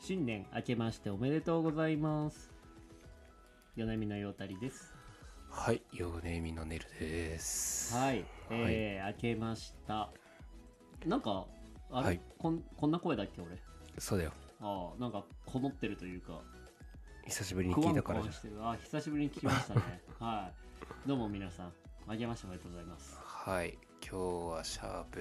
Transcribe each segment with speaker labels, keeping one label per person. Speaker 1: 新年明けましておめでとうございます米見のようたりです
Speaker 2: はい、米見のねるです。
Speaker 1: はい、えー明けましたなんかあれ、
Speaker 2: はい
Speaker 1: こんこんな声だっけ俺
Speaker 2: そうだよ。
Speaker 1: ああなんかこもってるというか
Speaker 2: 久しぶりに聞いたからじゃん。
Speaker 1: してるあ久しぶりに聞きましたね はいどうも皆さん明けましておめでとうございます
Speaker 2: はい、今日はシャープ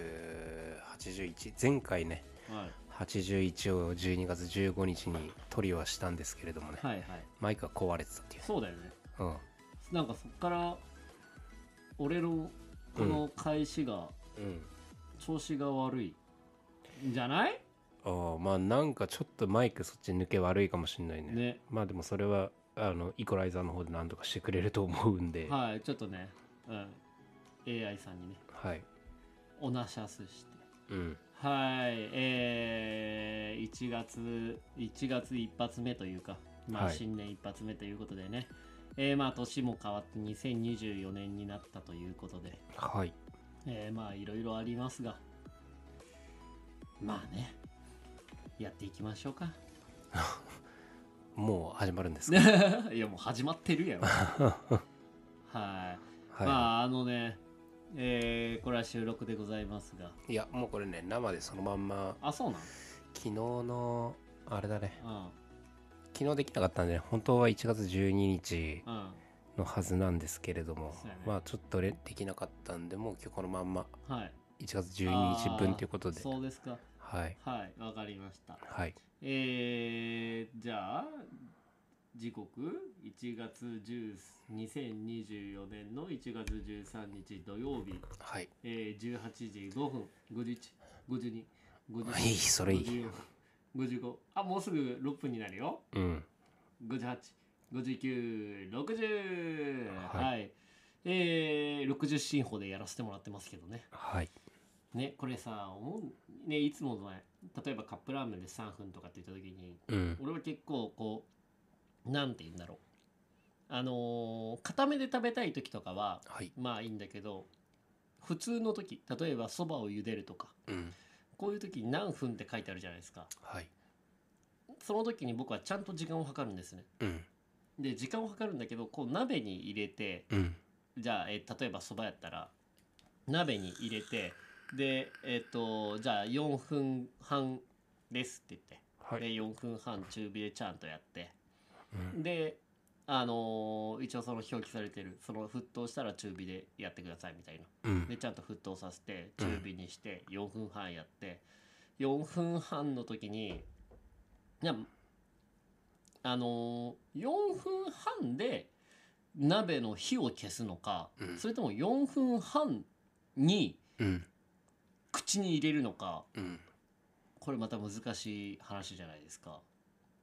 Speaker 2: 81。前回ね、
Speaker 1: はい
Speaker 2: 81を12月15日に取りはしたんですけれどもね、
Speaker 1: はいはい
Speaker 2: マイクが壊れてたっていうね。
Speaker 1: そうだよね
Speaker 2: うん。
Speaker 1: なんかそっから俺のこの返しが
Speaker 2: うん。
Speaker 1: 調子が悪いんじゃない、
Speaker 2: ああ、まあなんかちょっとマイクそっち抜け悪いかもしんないね。
Speaker 1: ね
Speaker 2: まあでもそれは、あの、イコライザーの方で何とかしてくれると思うんで、は
Speaker 1: はいちょっとね、うん、AI さんにね
Speaker 2: い。
Speaker 1: おなしゃすして
Speaker 2: うん。
Speaker 1: はいえー、1月1月一発目というかまあ
Speaker 2: はい
Speaker 1: 新年一発目ということでね、えーまあ年も変わって2024年になったということで
Speaker 2: はい。
Speaker 1: えーまあいろいろありますがまあねやっていきましょうか
Speaker 2: もう始まるんです か、
Speaker 1: いやもう始まってる やろはい
Speaker 2: はい。
Speaker 1: まああのねえーこれは収録でございますが
Speaker 2: いや、もうこれね、生でそのまんま、
Speaker 1: あそうなん
Speaker 2: 昨日の、あれだね、
Speaker 1: うん
Speaker 2: 昨日できなかったんで、ね、本当は1月12日
Speaker 1: うんは
Speaker 2: のはずなんですけれども、
Speaker 1: そうやね
Speaker 2: まあちょっとねできなかったんで、もう今日このまんま、
Speaker 1: い
Speaker 2: 1月12日分ということで、
Speaker 1: そうですか
Speaker 2: はい。
Speaker 1: はいわかりました
Speaker 2: はい。
Speaker 1: えー、じゃあ時刻1月10 2024年の1月13日土曜日
Speaker 2: はい。
Speaker 1: えー、18時5分51、52、53
Speaker 2: いいそれいい
Speaker 1: 54 55あもうすぐ6分になるよ
Speaker 2: うん。
Speaker 1: 58、59、60は、
Speaker 2: はいい
Speaker 1: えー、60進歩でやらせてもらってますけどね
Speaker 2: はい。
Speaker 1: ねこれさ思うねいつもの前例えばカップラーメンで3分とかって言った時に
Speaker 2: うん。
Speaker 1: 俺は結構こうなんて言うんだろうあのー、固めで食べたい時とかは
Speaker 2: はい。
Speaker 1: まあいいんだけど普通の時例えばそばを茹でるとか
Speaker 2: うん。
Speaker 1: こういう時に何分って書いてあるじゃないですか
Speaker 2: はい。
Speaker 1: その時に僕はちゃんと時間を計るんですね
Speaker 2: うん。
Speaker 1: で時間を計るんだけどこう鍋に入れて
Speaker 2: うん。
Speaker 1: じゃあ、えー例えばそばやったら鍋に入れてでえっ、とじゃあ4分半ですって言って、
Speaker 2: は
Speaker 1: で
Speaker 2: い。
Speaker 1: 4分半中火でちゃんとやって
Speaker 2: うん。
Speaker 1: であのー一応その表記されてるその沸騰したら中火でやってくださいみたいな
Speaker 2: うん
Speaker 1: でちゃんと沸騰させて中火にして4分半やって4分半の時にいやあのー、4分半で鍋の火を消すのか、
Speaker 2: うん
Speaker 1: それとも4分半に
Speaker 2: うん。
Speaker 1: 口に入れるのか
Speaker 2: うん。
Speaker 1: これまた難しい話じゃないですか。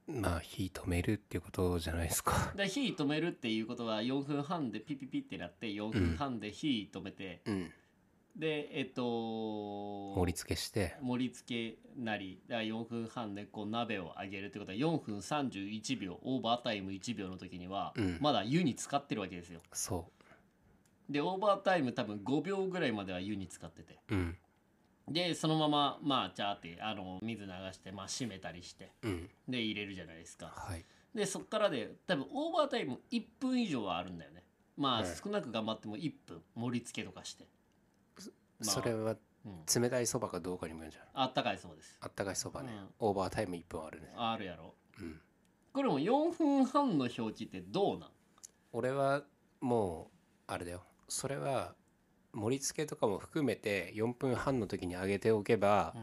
Speaker 2: まあ、火止めるっていうことじゃないですか。
Speaker 1: で火止めるっていうことは4分半でピピピってなって4分半で火止めて、
Speaker 2: うん。
Speaker 1: でえっと
Speaker 2: 盛り付けして、
Speaker 1: 盛り付けなりだから4分半でこう鍋を上げるってことは4分31秒オーバータイム1秒の時には
Speaker 2: うん
Speaker 1: まだ湯に使ってるわけですよ
Speaker 2: そ
Speaker 1: でオーバータイム多分5秒ぐらいまでは湯に使ってて
Speaker 2: う。うん。
Speaker 1: でそのまままあジャーってあの水流してまあ締めたりして
Speaker 2: うん。
Speaker 1: で入れるじゃないですか
Speaker 2: はい。
Speaker 1: でそっからで多分オーバータイム1分以上はあるんだよねまあ
Speaker 2: はい
Speaker 1: 少なく頑張っても1分盛り付けとかして、まあ
Speaker 2: それは
Speaker 1: うん、
Speaker 2: 冷たいそばかどうかにもよるんじゃない
Speaker 1: あったかいそうです
Speaker 2: あったかいそばね、
Speaker 1: うん
Speaker 2: オーバータイム1分あるね
Speaker 1: あるやろ
Speaker 2: うん
Speaker 1: これも4分半の表記ってどうなん
Speaker 2: 俺はもうあれだよそれは盛り付けとかも含めて4分半の時に揚げておけば、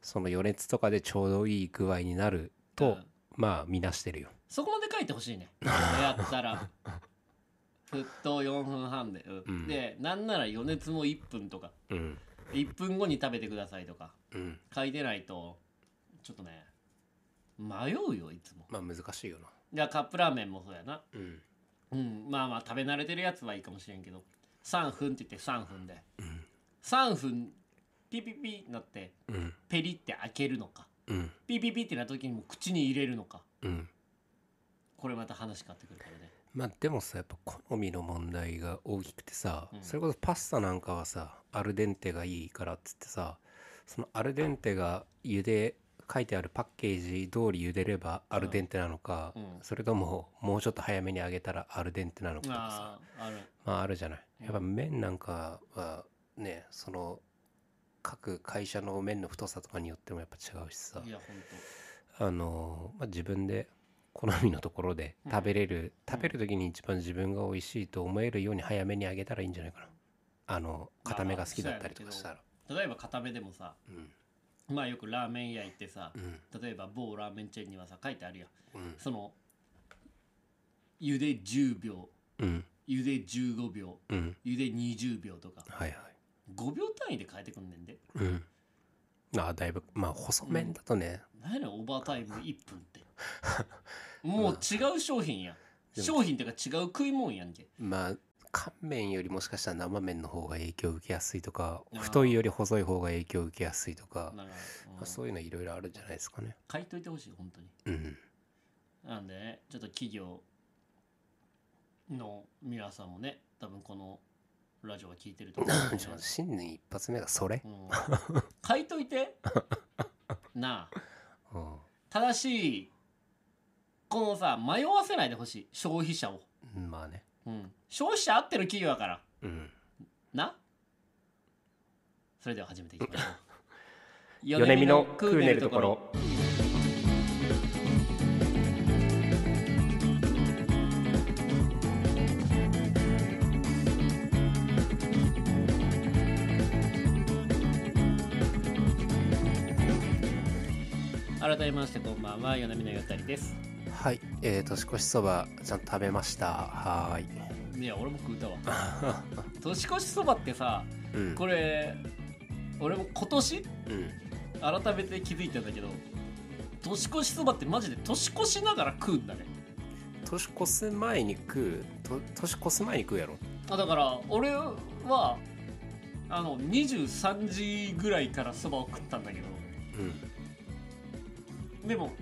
Speaker 2: その余熱とかでちょうどいい具合になると、
Speaker 1: うん
Speaker 2: まあ見なしてるよ
Speaker 1: そこまで書いてほ しいねやったら沸騰4分半で、うん
Speaker 2: うん
Speaker 1: でなんなら余熱も1分とか
Speaker 2: うん
Speaker 1: 1分後に食べてくださいとか
Speaker 2: うん
Speaker 1: 書いてないとちょっとね迷うよいつも
Speaker 2: まあ難しいよな
Speaker 1: じゃあカップラーメンもそうやな
Speaker 2: うん
Speaker 1: うんまあまあ食べ慣れてるやつはいいかもしれんけど3分って言って3分で
Speaker 2: うん
Speaker 1: 3分ピピピなって
Speaker 2: うん
Speaker 1: ペリって開けるのか
Speaker 2: うん
Speaker 1: ピピピってなった時にもう口に入れるのか
Speaker 2: うん
Speaker 1: これまた話変わってくるからね
Speaker 2: まあでもさやっぱ好みの問題が大きくてさ、
Speaker 1: うん
Speaker 2: それこそパスタなんかはさアルデンテがいいからっつってさそのアルデンテが茹で書いてあるパッケージ通り茹でればアルデンテなのか、
Speaker 1: うん
Speaker 2: それとももうちょっと早めに揚げたらアルデンテなのかとかさ
Speaker 1: ああある
Speaker 2: まああるじゃない
Speaker 1: うん
Speaker 2: やっぱ麺なんかはねその各会社の麺の太さとかによってもやっぱ違うしさ
Speaker 1: いや本
Speaker 2: あの、まあ、自分で好みのところで
Speaker 1: うん
Speaker 2: 食べれる、食べる時に一番自分が美味しいと思えるように早めに揚げたらいいんじゃないかなあの
Speaker 1: まあ
Speaker 2: 固めが好きだったりとかしたら、
Speaker 1: 当例えば片目でもさ
Speaker 2: うん
Speaker 1: まあよくラーメン屋行ってさ
Speaker 2: うん
Speaker 1: 例えば某ラーメンチェーンにはさ書いてあるよ
Speaker 2: うん
Speaker 1: その茹で10秒
Speaker 2: うん
Speaker 1: 茹で15秒
Speaker 2: うん
Speaker 1: 茹で20秒とか
Speaker 2: はいはい
Speaker 1: 5秒単位で変えてくんねんで
Speaker 2: うんああだいぶまあ細麺だとね、
Speaker 1: 何やねんオーバータイム1分ってもう違う商品やん商品っていうか違う食い物やんけ
Speaker 2: まあ乾麺よりもしかしたら生麺の方が影響を受けやすいとか
Speaker 1: あー
Speaker 2: 太いより細い方が影響を受けやすいとか、
Speaker 1: だから、うん
Speaker 2: まあ、そういうのいろいろあるんじゃないですかね。
Speaker 1: 書いといてほしい本当に
Speaker 2: うん
Speaker 1: なんでねちょっと企業の皆さんもね多分このラジオは聞いてると思うんで
Speaker 2: ちょ新年一発目がそれ、
Speaker 1: うん書いといてなあ
Speaker 2: うん
Speaker 1: 正しいこのさ迷わせないでほしい消費者を、
Speaker 2: うんまあね。
Speaker 1: うん、消費者合ってる企業やから
Speaker 2: うん。
Speaker 1: なそれでは始めていき ましょう
Speaker 2: 米見のクーネルところ。
Speaker 1: 改めましてこんばんは米見のゆったりです
Speaker 2: はい、えー、年越しそばちゃんと食べました。は ーい。
Speaker 1: いや俺も食うたわ年越しそばってさ
Speaker 2: うん。
Speaker 1: これ俺も今年
Speaker 2: うん。
Speaker 1: 改めて気づいたんだけど年越しそばってマジで年越しながら食うんだね
Speaker 2: 年越す前に食うと年越す前に食うやろ。
Speaker 1: あだから俺はあの23時ぐらいからそばを食ったんだけど
Speaker 2: うん。
Speaker 1: でも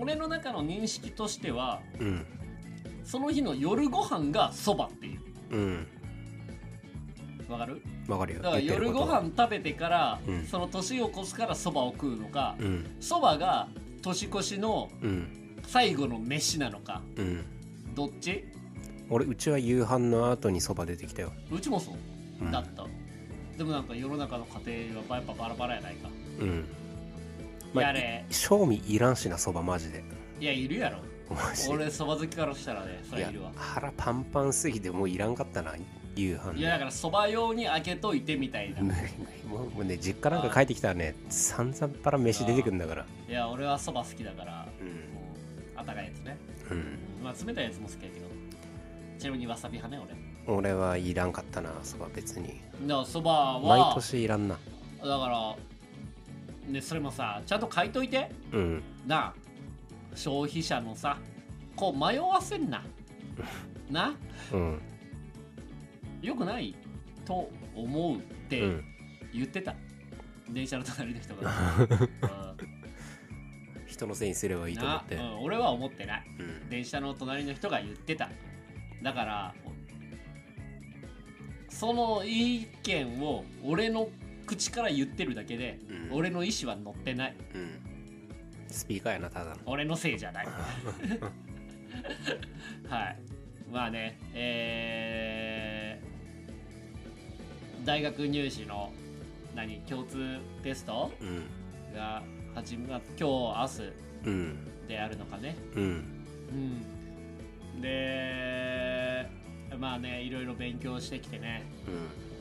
Speaker 1: 俺の中の認識としては
Speaker 2: うん。
Speaker 1: その日の夜ご飯がそばっていう
Speaker 2: うん。
Speaker 1: わかる
Speaker 2: わかるよ。
Speaker 1: だから
Speaker 2: 言ってる
Speaker 1: 夜
Speaker 2: こと
Speaker 1: ご
Speaker 2: は。
Speaker 1: 飯食べてから、
Speaker 2: うん
Speaker 1: その年を越すからそばを食うのか
Speaker 2: うん。
Speaker 1: そばが年越しの
Speaker 2: うん。
Speaker 1: 最後の飯なのか
Speaker 2: うん。
Speaker 1: どっち
Speaker 2: 俺うちは夕飯の後にそば出てきたよ、
Speaker 1: うちもそう
Speaker 2: うん、
Speaker 1: だった、でもなんか世の中の家庭はやっぱバラバラやないか、
Speaker 2: うん
Speaker 1: い
Speaker 2: ま
Speaker 1: や
Speaker 2: あ
Speaker 1: あれ
Speaker 2: 賞味いらんしなそばマジで
Speaker 1: いやいるやろ
Speaker 2: マジで
Speaker 1: 俺そば好きからしたらねそ
Speaker 2: い
Speaker 1: れ
Speaker 2: や
Speaker 1: いるわ
Speaker 2: 腹パンパンすぎてもういらんかったな夕飯
Speaker 1: いやだからそば用に開けといてみたいな
Speaker 2: 無理無理 もうもうね実家なんか帰ってきたらね散々パラ飯出てくんだから
Speaker 1: いや俺はそば好きだから
Speaker 2: うん
Speaker 1: もうあったかいやつね、
Speaker 2: うん
Speaker 1: うんまあ冷たいやつも好きやけどちなみにわさび派ね
Speaker 2: 俺はいらんかったなそば別に
Speaker 1: 俺だからそばは
Speaker 2: 毎年いらんな
Speaker 1: だからねそれもさちゃんと書いといて
Speaker 2: うん
Speaker 1: なあ消費者のさこう迷わせ んなな
Speaker 2: うん
Speaker 1: よくないと思うっ
Speaker 2: う
Speaker 1: て
Speaker 2: ん
Speaker 1: 言ってた、電車の隣の人が、 うん
Speaker 2: 人のせいにすればいいと思って
Speaker 1: なうん俺は思ってない
Speaker 2: うん
Speaker 1: 電車の隣の人が言ってただからその意見を俺の口から言ってるだけで、
Speaker 2: うん
Speaker 1: 俺の意思は乗ってない
Speaker 2: うんスピーカーやなただの
Speaker 1: 俺のせいじゃない はいまあねえー大学入試の何共通テスト
Speaker 2: うん
Speaker 1: が始まっ今日明
Speaker 2: うん
Speaker 1: 日であるのかね
Speaker 2: うん
Speaker 1: うんでまあねいろいろ勉強してきてね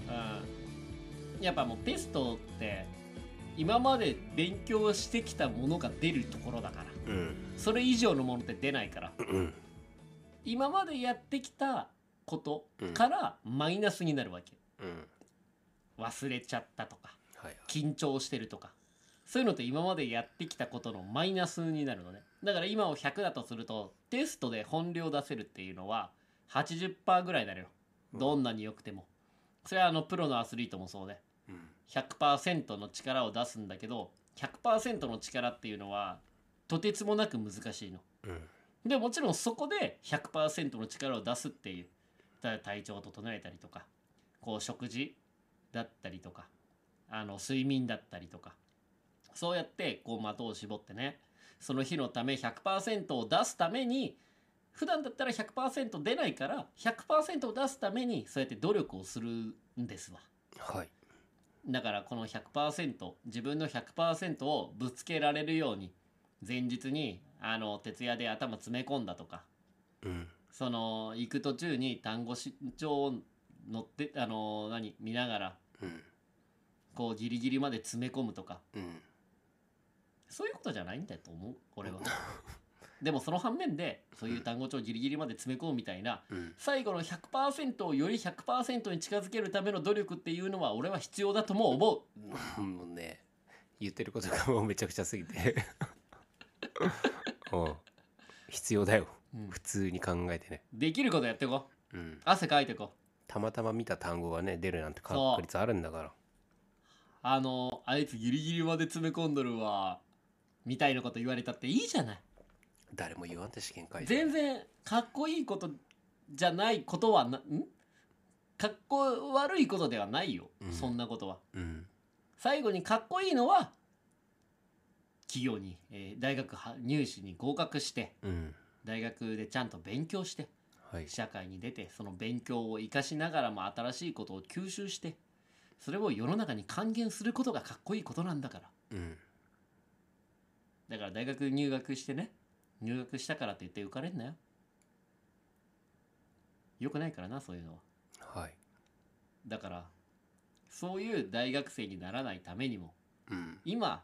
Speaker 2: うん
Speaker 1: うんやっぱもうテストって今まで勉強してきたものが出るところだから
Speaker 2: うん
Speaker 1: それ以上のものって出ないから
Speaker 2: うん
Speaker 1: 今までやってきたこと
Speaker 2: うん
Speaker 1: からマイナスになるわけ
Speaker 2: うん
Speaker 1: 忘れちゃったとか
Speaker 2: はいはい
Speaker 1: 緊張してるとかそういうのって今までやってきたことのマイナスになるのねだから今を100だとするとテストで本領出せるっていうのは80%ぐらいになるよどんなに良くてもそれはあのプロのアスリートもそうね
Speaker 2: うん
Speaker 1: 100%の力を出すんだけど100%の力っていうのはとてつもなく難しいの
Speaker 2: うん
Speaker 1: でもちろんそこで100%の力を出すっていうただ体調を整えたりとかこう食事だったりとかあの睡眠だったりとかそうやってこう的を絞ってねその日のため100%を出すために普段だったら100%出ないから100%を出すためにそうやって努力をするんですわ。
Speaker 2: はい
Speaker 1: だからこの100%自分の100%をぶつけられるように前日にあの徹夜で頭詰め込んだとか
Speaker 2: うん
Speaker 1: その行く途中に単語帳を乗ってあの何見ながら
Speaker 2: うん
Speaker 1: こうギリギリまで詰め込むとか
Speaker 2: うん
Speaker 1: そういうことじゃないんだと思う俺は。でもその反面でそういう単語帳ギリギリまで詰め込むみたいな
Speaker 2: うん
Speaker 1: 最後の100%をより100%に近づけるための努力っていうのは俺は必要だとも思う。
Speaker 2: もうね言ってることがもうめちゃくちゃすぎて うん必要だよ
Speaker 1: うん
Speaker 2: 普通に考えてね、
Speaker 1: できることやっていこう
Speaker 2: うん、
Speaker 1: 汗かいていこう。
Speaker 2: たまたま見た単語がね出るなんて確
Speaker 1: そう
Speaker 2: 率あるんだから
Speaker 1: あのあいつギリギリまで詰め込んどるわみたいなこと言われたっていいじゃない
Speaker 2: 誰も言わんて試験会
Speaker 1: 全然かっこいいことじゃないことはなんかっこ悪いことではないよ、
Speaker 2: うん
Speaker 1: そんなことは
Speaker 2: うん
Speaker 1: 最後にかっこいいのは企業に、えー大学は入試に合格して
Speaker 2: うん
Speaker 1: 大学でちゃんと勉強して
Speaker 2: はい
Speaker 1: 社会に出てその勉強を生かしながらも新しいことを吸収してそれを世の中に還元することがかっこいいことなんだから
Speaker 2: うん
Speaker 1: だから大学入学してね入学したからといって浮かれんなよよくないからなそういうのは
Speaker 2: はい
Speaker 1: だからそういう大学生にならないためにも
Speaker 2: うん
Speaker 1: 今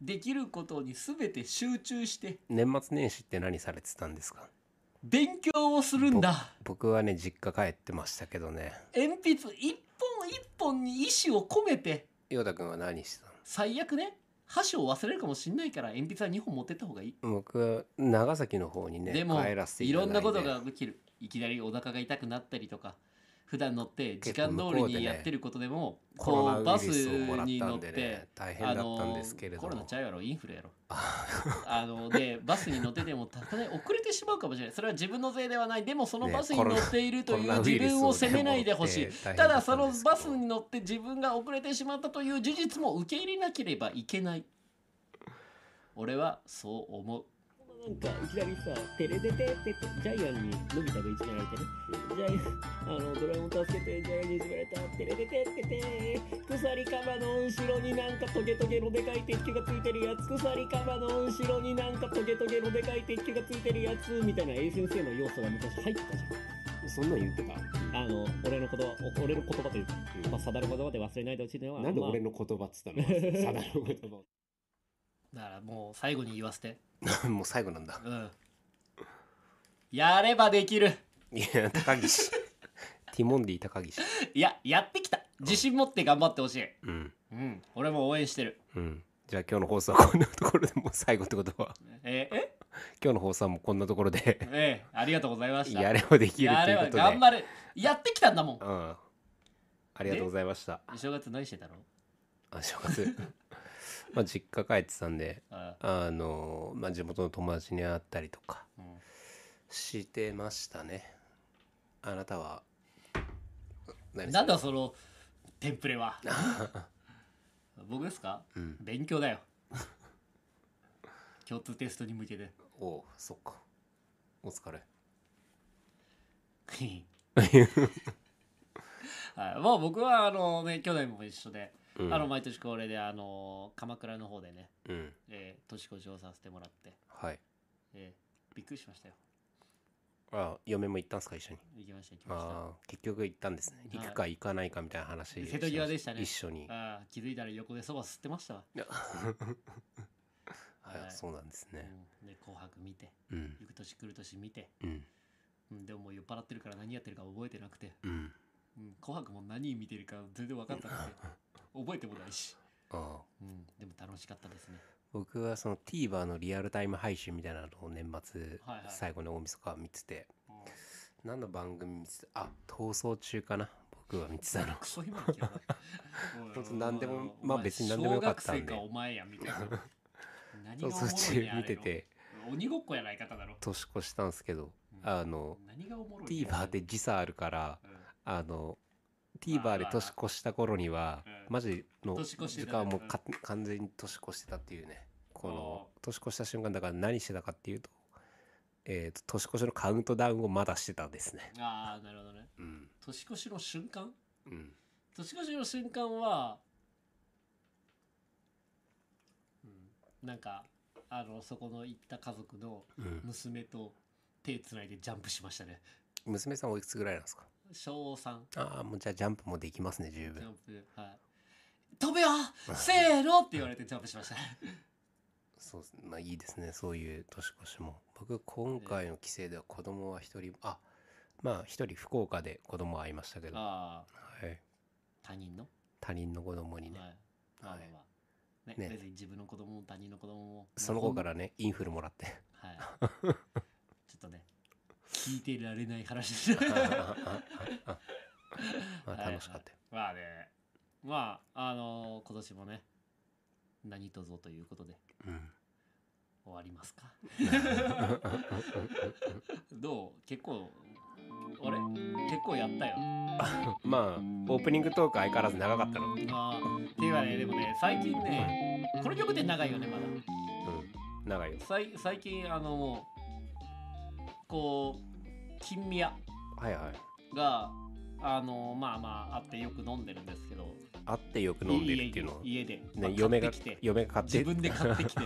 Speaker 1: できることに全て集中して
Speaker 2: 年末年始って何されてたんですか
Speaker 1: 勉強をするんだ
Speaker 2: 僕はね実家帰ってましたけどね
Speaker 1: 鉛筆一本一本に意志を込めて
Speaker 2: 陽太くんは何してた
Speaker 1: 最悪ね箸を忘れるかもしんないから鉛筆は2本持ってった方がいい、
Speaker 2: の僕は長崎の方にね
Speaker 1: でも
Speaker 2: 帰らせて
Speaker 1: い
Speaker 2: いただ
Speaker 1: ろ
Speaker 2: いて
Speaker 1: んなことが起きるいきなりお腹が痛くなったりとか普段乗って時
Speaker 2: 結
Speaker 1: 間
Speaker 2: 構
Speaker 1: 通り
Speaker 2: 向こうでね
Speaker 1: にやってることでも
Speaker 2: コロ
Speaker 1: こう
Speaker 2: ナウ
Speaker 1: バ
Speaker 2: イ
Speaker 1: ス
Speaker 2: ルスをもらっ
Speaker 1: に
Speaker 2: た
Speaker 1: 乗っ
Speaker 2: んでね
Speaker 1: て
Speaker 2: 大変
Speaker 1: あ
Speaker 2: だったん
Speaker 1: の
Speaker 2: ですけれど
Speaker 1: コ
Speaker 2: も
Speaker 1: ロナちゃうやろインフルやろ
Speaker 2: あ
Speaker 1: あのでバスに乗っててもたとえ遅れてしまうかもしれないそれは自分のせいではないでもその
Speaker 2: ね
Speaker 1: バスに乗っていると
Speaker 2: コ
Speaker 1: い
Speaker 2: ロナ
Speaker 1: う
Speaker 2: ウイ
Speaker 1: 自
Speaker 2: ルスをね
Speaker 1: 分を責めないでほしい
Speaker 2: 持って大変
Speaker 1: た
Speaker 2: だ
Speaker 1: だ
Speaker 2: っ
Speaker 1: そ
Speaker 2: たん
Speaker 1: の
Speaker 2: ですけど
Speaker 1: バスに乗って自分が遅れてしまったという事実も受け入れなければいけない俺はそう思う
Speaker 3: なんかいきなりさ、テレテテテテ、ジャイアンにのび太がいじめられてね。ジャイアン、あの、ドラえもん助けて、ジャイアンにいじめられた、テレテテテテ、鎖カバの後ろになんかトゲトゲのでかい鉄球がついてるやつ、鎖カバの後ろになんかトゲトゲのでかい鉄球がついてるやつ、みたいな A 先生の要素が昔入ってたじゃん。そんなん言ってたあの、俺の言葉、お俺の言葉というか、まあ、定ま言葉で忘れないでほしいのは、
Speaker 4: なんで
Speaker 3: まあ
Speaker 4: 俺の言葉っつったのサダの言葉を。
Speaker 1: だからもう最後に言わせて
Speaker 2: ー もう最後なんだ
Speaker 1: うんやればできる
Speaker 2: いや高岸ティモンディ高岸
Speaker 1: いややってきた自信持って頑張ってほしい
Speaker 2: うん
Speaker 1: うん俺も応援してる
Speaker 2: うんじゃあ今日の放送はこんなところでもう最後ってことは
Speaker 1: ええ
Speaker 2: 今日の放送はもうこんなところ で
Speaker 1: ええありがとうございました
Speaker 2: やればできる
Speaker 1: や
Speaker 2: と
Speaker 1: れ
Speaker 2: いうこ
Speaker 1: ば
Speaker 2: とで
Speaker 1: 頑張れやってきたんだもん
Speaker 2: うんありがとうございました
Speaker 1: 正月何してたの
Speaker 2: あ正 月まあ実家帰ってたんで
Speaker 1: あ
Speaker 2: あのまあ地元の友達に会ったりとか
Speaker 1: あうん
Speaker 2: してましたねあなたは何
Speaker 1: なんだそのテンプレ は僕ですか
Speaker 2: うん
Speaker 1: 勉強だよ 共通テストに向けて
Speaker 2: おうそっかお疲れ
Speaker 1: はい、もう僕はあのね去年も一緒で、
Speaker 2: うん
Speaker 1: あの毎年恒例であの鎌倉の方でね、
Speaker 2: うん
Speaker 1: えー年越しをさせてもらって、
Speaker 2: はい
Speaker 1: えーびっくりしましたよ
Speaker 2: あ嫁も行ったんすか一緒に
Speaker 1: 行きました行きました
Speaker 2: ああ結局行ったんですね
Speaker 1: はい
Speaker 2: 行くか行かないかみたいな話してま
Speaker 1: 瀬戸際でしたね
Speaker 2: 一緒に は
Speaker 1: あー気づいたら横でそば吸ってましたわ、
Speaker 2: い
Speaker 1: はい
Speaker 2: そうなんですね
Speaker 1: うんで紅白見て
Speaker 2: うん
Speaker 1: 行く年来る年見て、
Speaker 2: うん
Speaker 1: うん、でももう酔っ払ってるから何やってるか覚えてなくて
Speaker 2: うん
Speaker 1: うん、紅白も何見てるか全然分かんなく て覚えてもないし、
Speaker 2: ああ
Speaker 1: うん、でも楽しかったですね
Speaker 2: 僕はその TVer のリアルタイム配信みたいなのを年末
Speaker 1: はいはい
Speaker 2: 最後の大晦日見てて
Speaker 1: もう
Speaker 2: 何の番組見てたあ逃走中かな僕は見てたの
Speaker 1: クソ暇な気がない
Speaker 2: ほんと何でも
Speaker 1: おいおいおい
Speaker 2: まあ
Speaker 1: お前
Speaker 2: 別に何でもよかったん
Speaker 1: 小
Speaker 2: で
Speaker 1: 学生かお前やみたいな何が
Speaker 2: 逃
Speaker 1: おも
Speaker 2: 走
Speaker 1: ろいねあ
Speaker 2: 中
Speaker 1: れ
Speaker 2: 見
Speaker 1: の
Speaker 2: てて
Speaker 1: 鬼ごっこやない方だろ
Speaker 2: 年越したんすけど
Speaker 1: うん
Speaker 2: あの
Speaker 1: 何がおもろいね
Speaker 2: TVer で時差あるから
Speaker 1: うん
Speaker 2: あの TVer で年越した頃には
Speaker 1: うん
Speaker 2: マジの
Speaker 1: 年越して
Speaker 2: 時
Speaker 1: た
Speaker 2: 間は
Speaker 1: ね
Speaker 2: もうか完全に年越してたっていうねこの年越した瞬間だから何してたかっていうと,、えー、と年越しのカウントダウンをまだしてたですね
Speaker 1: ああなるほどね
Speaker 2: うん
Speaker 1: 年越しの瞬間
Speaker 2: うん
Speaker 1: 年越しの瞬間は、うん、なんかあのそこの行った家族の
Speaker 2: うん
Speaker 1: 娘と手つないでジャンプしましたね
Speaker 2: 娘さんおいくつぐらいなんですか
Speaker 1: 小3
Speaker 2: ああもうじゃあジャンプもできますね十
Speaker 1: ジャ
Speaker 2: 分
Speaker 1: ンプはい飛べよせーのって言われてジャンプしました
Speaker 2: そうですまあいいですねそういう年越しも僕今回の帰省では子供は一人あまあ一人福岡で子供会いましたけど、は
Speaker 1: ああ
Speaker 2: い、
Speaker 1: 他人の、
Speaker 2: 他人の子供にね、
Speaker 1: はいまあまあ
Speaker 2: はい
Speaker 1: まあね
Speaker 2: ね
Speaker 1: 別に自分の子供も他人の子供も
Speaker 2: その子かららねインフルもらって
Speaker 1: はい ちょっとね聞いてられない話です ね
Speaker 2: まあ楽しかったよ。
Speaker 1: まあねまああのー今年もね何とぞということで
Speaker 2: うん
Speaker 1: 終わりますか どう結構あれ結構やったよ
Speaker 2: まあオープニングトーク相変わらず長かったの。うん
Speaker 1: あーっていうかねでもね最近ねこの曲って長いよねまだ
Speaker 2: 長いよ。
Speaker 1: さい最近あのもうこう金宮
Speaker 2: はいはい。
Speaker 1: があのまあまああってよく飲んでるんですけど
Speaker 2: あってよく飲んでるっていうのは。
Speaker 1: 家で、まあ
Speaker 2: ね、嫁が
Speaker 1: 買ってきて
Speaker 2: 嫁が買って
Speaker 1: 自分で買って きて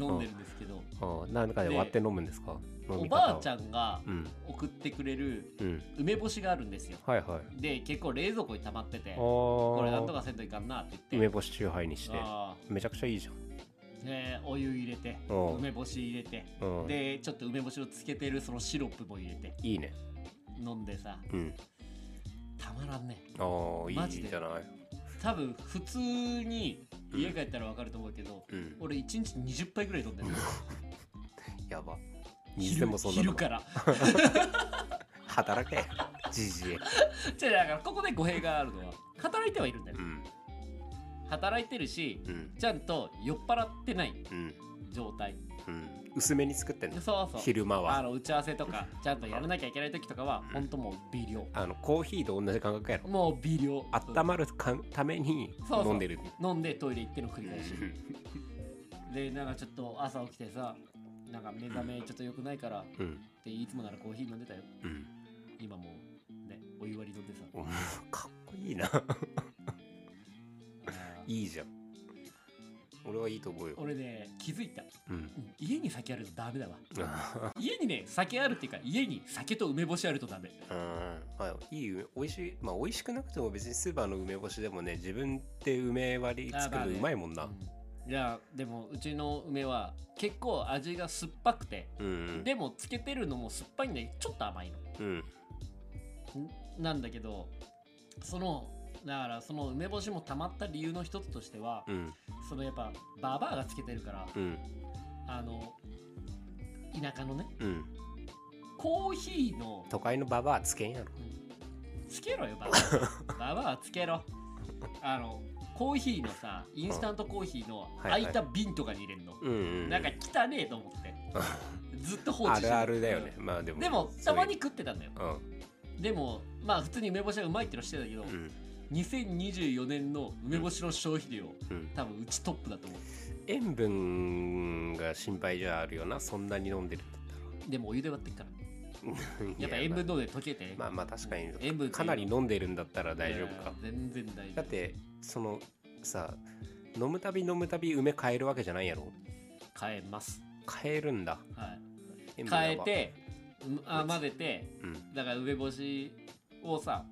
Speaker 1: 飲んでるんですけど、
Speaker 2: うんなんかで割って飲むんですか飲
Speaker 1: お
Speaker 2: み方
Speaker 1: ばあち
Speaker 2: ん
Speaker 1: ゃんが
Speaker 2: うん
Speaker 1: 送ってくれる
Speaker 2: うん
Speaker 1: 梅干しがあるんですよ
Speaker 2: はいはい
Speaker 1: で結構冷蔵庫に溜まっててこ
Speaker 2: こ
Speaker 1: れなんとかせんといかんなって言って
Speaker 2: 梅干しチューハイにして
Speaker 1: あ
Speaker 2: めちゃくちゃいいじゃん
Speaker 1: ーでお湯入れて
Speaker 2: うん
Speaker 1: 梅干し入れて
Speaker 2: うん
Speaker 1: でちょっと梅干しをつけてるそのシロップも入れて
Speaker 2: いいね
Speaker 1: 飲んでさ
Speaker 2: うん
Speaker 1: たまらんね
Speaker 2: ああ
Speaker 1: マ
Speaker 2: い
Speaker 1: ジで
Speaker 2: いじゃない
Speaker 1: 多分普通に家帰ったらわかると思うけど、
Speaker 2: うん
Speaker 1: 俺1日20杯ぐらい飲んでる
Speaker 2: やば水
Speaker 1: 昼
Speaker 2: でもそんな
Speaker 1: 昼
Speaker 2: の
Speaker 1: から
Speaker 2: 働け じじい
Speaker 1: じゃあだからここで語弊があるのは働いてはいるんだよ
Speaker 2: うん
Speaker 1: 働いてるし
Speaker 2: うん
Speaker 1: ちゃんと酔っ払ってない
Speaker 2: うん
Speaker 1: 状態
Speaker 2: うん薄めに作ってんの
Speaker 1: そうそう
Speaker 2: 昼間
Speaker 1: あ
Speaker 2: は
Speaker 1: の打ち合わせとかちゃんとやらなきゃいけない時とかは本当もう微量
Speaker 2: あのコーヒーと同じ感覚やろ
Speaker 1: もう微量
Speaker 2: 温まるかんために
Speaker 1: そうそう
Speaker 2: 飲んでる
Speaker 1: 飲んでトイレ行っての繰り返しでなんかちょっと朝起きてさなんか目覚めちょっと良くないからっ
Speaker 2: うん
Speaker 1: ていつもならコーヒー飲んでたよ
Speaker 2: うん
Speaker 1: 今もうねお湯割り飲んでさ
Speaker 2: おかっこいいな
Speaker 1: あー
Speaker 2: いいじゃん俺はいいと思うよ
Speaker 1: 俺ね気づいた
Speaker 2: うん
Speaker 1: うん家に酒あるとダメだわ
Speaker 2: あ
Speaker 1: 家にね酒あるっていうか家に酒と梅干しあるとダメ
Speaker 2: ーまあいい梅美味しいまあ美味しくなくても別にスーパーの梅干しでもね自分で梅割り作るのうまいもんな
Speaker 1: うんいやでもうちの梅は結構味が酸っぱくて
Speaker 2: うんうん
Speaker 1: でもつけてるのも酸っぱいんだけどちょっと甘いの
Speaker 2: うん
Speaker 1: んなんだけどそのだからその梅干しもたまった理由の一つとしては、
Speaker 2: うん
Speaker 1: そのやっぱババアがつけてるから、
Speaker 2: うん
Speaker 1: あの田舎のね
Speaker 2: うん
Speaker 1: コーヒーの
Speaker 2: 都会のババアつけんやろ
Speaker 1: つけろよババ アババアつけろあのコーヒーのさインスタントコーヒーの
Speaker 2: はいは
Speaker 1: 空
Speaker 2: い
Speaker 1: いた瓶とかに入れるの、
Speaker 2: うんうん
Speaker 1: なんか汚ねえと思 ってずっと放置
Speaker 2: あ
Speaker 1: して
Speaker 2: るあるだよねまあでも
Speaker 1: でも
Speaker 2: そ
Speaker 1: た
Speaker 2: れ
Speaker 1: まに食ってたんだよ
Speaker 2: うん
Speaker 1: でもまあ普通に梅干しがうまいってのはしてたけど、
Speaker 2: うん
Speaker 1: 2024年の梅干しの消費量
Speaker 2: うん
Speaker 1: 多分うちトップだと思う
Speaker 2: 塩分が心配じゃあるよなそんなに飲んでるんだっ
Speaker 1: でもお湯で割ってっから
Speaker 2: たら
Speaker 1: やっぱ
Speaker 2: い
Speaker 1: 塩分濃度で溶けて
Speaker 2: まあまあ確かに
Speaker 1: 塩分
Speaker 2: かなり飲んでるんだったら大丈夫か
Speaker 1: いや全然大丈夫
Speaker 2: だってそのさ飲むたび飲むたび梅変えるわけじゃないやろ
Speaker 1: 変えます、
Speaker 2: 変えるんだ
Speaker 1: はい、
Speaker 2: 塩分
Speaker 1: 変え
Speaker 2: やば
Speaker 1: てうんあ混ぜて
Speaker 2: うんうん
Speaker 1: だから梅干しをさ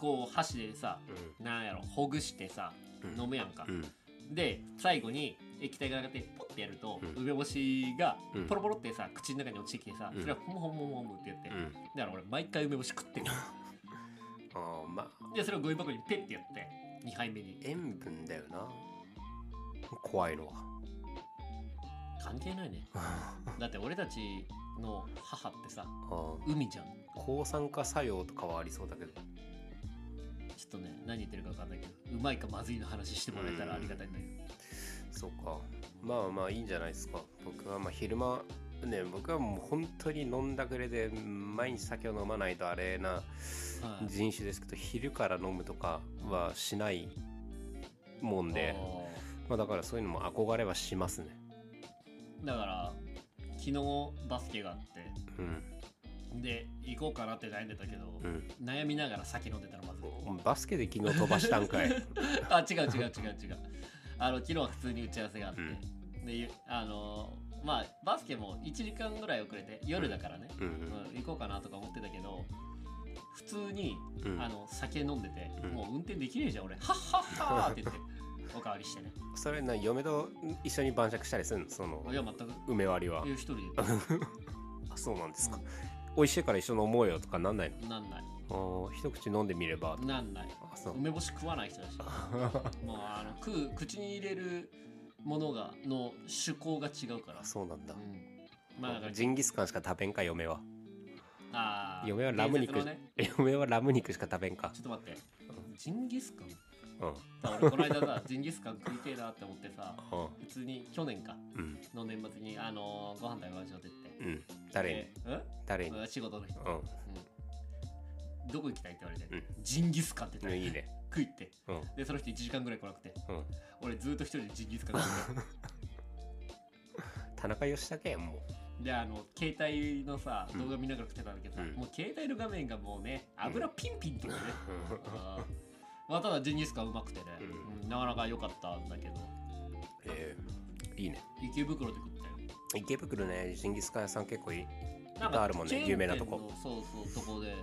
Speaker 1: こう箸でさなんやろほぐしてさ
Speaker 2: うん
Speaker 1: 飲むやんか
Speaker 2: う、ん
Speaker 1: で最後に液体が上がってポッてやると、
Speaker 2: うん
Speaker 1: 梅干しが
Speaker 2: うん
Speaker 1: ポロポロってさ口の中に落ちてきてさ、
Speaker 2: うん
Speaker 1: それはホムホムホムホムってやって、
Speaker 2: う
Speaker 1: だ
Speaker 2: ん
Speaker 1: から俺毎回梅干し食 ってる
Speaker 2: あーまあ
Speaker 1: でそれをゴミ箱にペッてやって2杯目に
Speaker 2: 塩分だよな怖いのは
Speaker 1: 関係ないねだって俺たちの母ってさ
Speaker 2: あー
Speaker 1: 海じゃん
Speaker 2: 抗酸化作用とかはありそうだけど
Speaker 1: ちょっとね何言ってるか分かんないけどうまいかまずいの話してもらえたらありがたいんだけど、
Speaker 2: そうかまあまあいいんじゃないですか僕はまあ昼間ね僕はもう本当に飲んだくれで毎日酒を飲まないとあれな
Speaker 1: はい
Speaker 2: 人種ですけど昼から飲むとかはしないもんで、
Speaker 1: あ
Speaker 2: まあ、だからそういうのも憧れはしますね。
Speaker 1: ーだから昨日バスケがあって
Speaker 2: うん
Speaker 1: で行こうかなって悩んでたけど、
Speaker 2: うん、
Speaker 1: 悩みながら酒飲んでたらまずい
Speaker 2: バスケで昨日飛ばしたんかい。
Speaker 1: あ違う違う違う違うあの昨日は普通に打ち合わせがあって、
Speaker 2: う
Speaker 1: でゆあのーまあバスケも1時間ぐらい遅れて夜だからね、
Speaker 2: うん
Speaker 1: うん行こうかなとか思ってたけど普通に、
Speaker 2: うんうん
Speaker 1: あの酒飲んでて、
Speaker 2: うん
Speaker 1: もう運転できねえじゃん俺ハッハッハーって言って おかわりしてね
Speaker 2: それな嫁と一緒に晩酌したりするのその
Speaker 1: いや全く
Speaker 2: 梅割りはい
Speaker 1: や一人で行っ
Speaker 2: あそうなんです
Speaker 1: た
Speaker 2: か、美味しいから一緒に飲もうよとかなんない
Speaker 1: うんなんない
Speaker 2: のあー一口飲んでみればとか
Speaker 1: なんない
Speaker 2: あそう
Speaker 1: 梅干し食わない人だしもうあの食う口に入れるものがの趣向が違うから
Speaker 2: あそうなんだ、
Speaker 1: うん、まあだから
Speaker 2: ジンギスカンしか食べんか嫁は
Speaker 1: あー
Speaker 2: 嫁はラム肉
Speaker 1: 伝説のね、
Speaker 2: 嫁はラム肉しか食べんか
Speaker 1: ちょっと待ってジンギスカン
Speaker 2: うん
Speaker 1: さ俺この間さ ジンギスカン食いてえなって思ってさ普通に去年か
Speaker 2: うん
Speaker 1: の年末にあのーご飯食べましょうって言って
Speaker 2: うん、うん、誰に
Speaker 1: でうん
Speaker 2: 誰に
Speaker 1: うん仕事の人、
Speaker 2: う
Speaker 1: うんどこ行きたいって言われて、
Speaker 2: う
Speaker 1: ジンギスカンって言
Speaker 2: ん
Speaker 1: っ
Speaker 2: い
Speaker 1: て
Speaker 2: いね
Speaker 1: 食いって
Speaker 2: うん
Speaker 1: でその人1時間ぐらい来なくて
Speaker 2: うん
Speaker 1: 俺ずっと一人でジンギスカン食って
Speaker 2: 田中義武やんも
Speaker 1: てであの携帯のさ
Speaker 2: うん
Speaker 1: 動画見ながら食ってたんだけどさ、
Speaker 2: うん
Speaker 1: もう携帯の画面がもうね油ピンピンってね、
Speaker 2: ううん
Speaker 1: あーまあただジンギスカンうまくてね、
Speaker 2: う
Speaker 1: うんなかなか良かったんだけど
Speaker 2: えーいいね
Speaker 1: 池袋で食ったよ
Speaker 2: 池袋ねジンギスカン屋さん結構いい
Speaker 1: なん
Speaker 2: あるもんね
Speaker 1: チェーン
Speaker 2: 有名なとこ
Speaker 1: 店のそうそうとこで、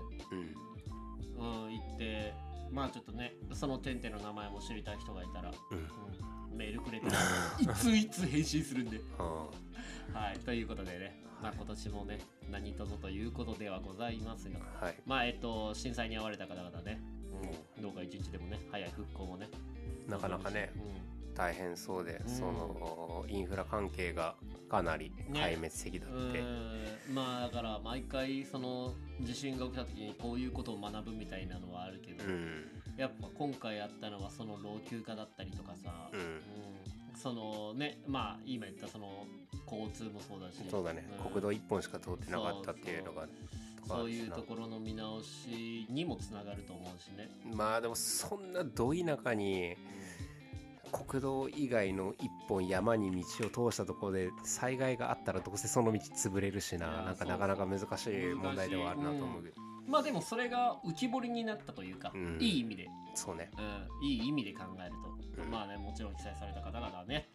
Speaker 2: うん
Speaker 1: うん、行ってまあちょっとねそのチェーン店の名前も知りたい人がいたら、
Speaker 2: うん
Speaker 1: うんメールくれ ていついつ返信するんで
Speaker 2: あ
Speaker 1: はいということでね、まあ、今年もね何とぞということではございますが
Speaker 2: ーはい
Speaker 1: まあえっと震災に遭われた方々ね、うん、どうか一日でもね早い復興もね
Speaker 2: なかなかね
Speaker 1: うん
Speaker 2: 大変そうで、
Speaker 1: うん
Speaker 2: そのインフラ関係がかなり壊滅的だって、
Speaker 1: うんまあだから毎回その地震が起きた時にこういうことを学ぶみたいなのはあるけど、
Speaker 2: うん
Speaker 1: やっぱ今回あったのはその老朽化だったりとかさ、
Speaker 2: うん
Speaker 1: うんそのねまあ今言ったその交通もそうだし
Speaker 2: そうだね、
Speaker 1: ん
Speaker 2: 国道1本しか通ってなかったっていうのがとかあ
Speaker 1: そう
Speaker 2: るし
Speaker 1: いう
Speaker 2: な
Speaker 1: ところの見直しにもつながると思うしね、
Speaker 2: まあでもそんなど田舎に国道以外の1本山に道を通したところで災害があったらどうせその道潰れるし
Speaker 1: いや
Speaker 2: ななん
Speaker 1: そうそ
Speaker 2: かな
Speaker 1: う
Speaker 2: かなか難しい問題ではあるなと思うけど、
Speaker 1: まあでもそれが浮き彫りになったというか、
Speaker 2: うん
Speaker 1: いい意味で
Speaker 2: そうね
Speaker 1: うん、いい意味で考えると、
Speaker 2: うん
Speaker 1: まあねもちろん被災された方々はね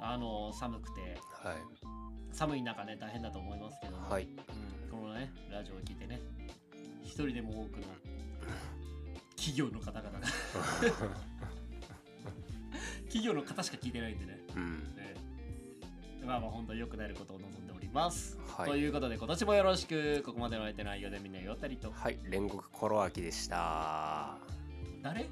Speaker 1: あの寒くて
Speaker 2: はい
Speaker 1: 寒い中ね大変だと思いますけども、
Speaker 2: はい
Speaker 1: うんこのねラジオを聞いてね一人でも多くの企業の方々 が企業の方しか聞いてないんでね
Speaker 2: うん
Speaker 1: ねまあまあ本当に良くなることを望んでおります、
Speaker 2: はい
Speaker 1: ということで今年もよろしくここまでの相手の内容でみんなよったりと
Speaker 2: はい煉獄コロアキでした
Speaker 1: 誰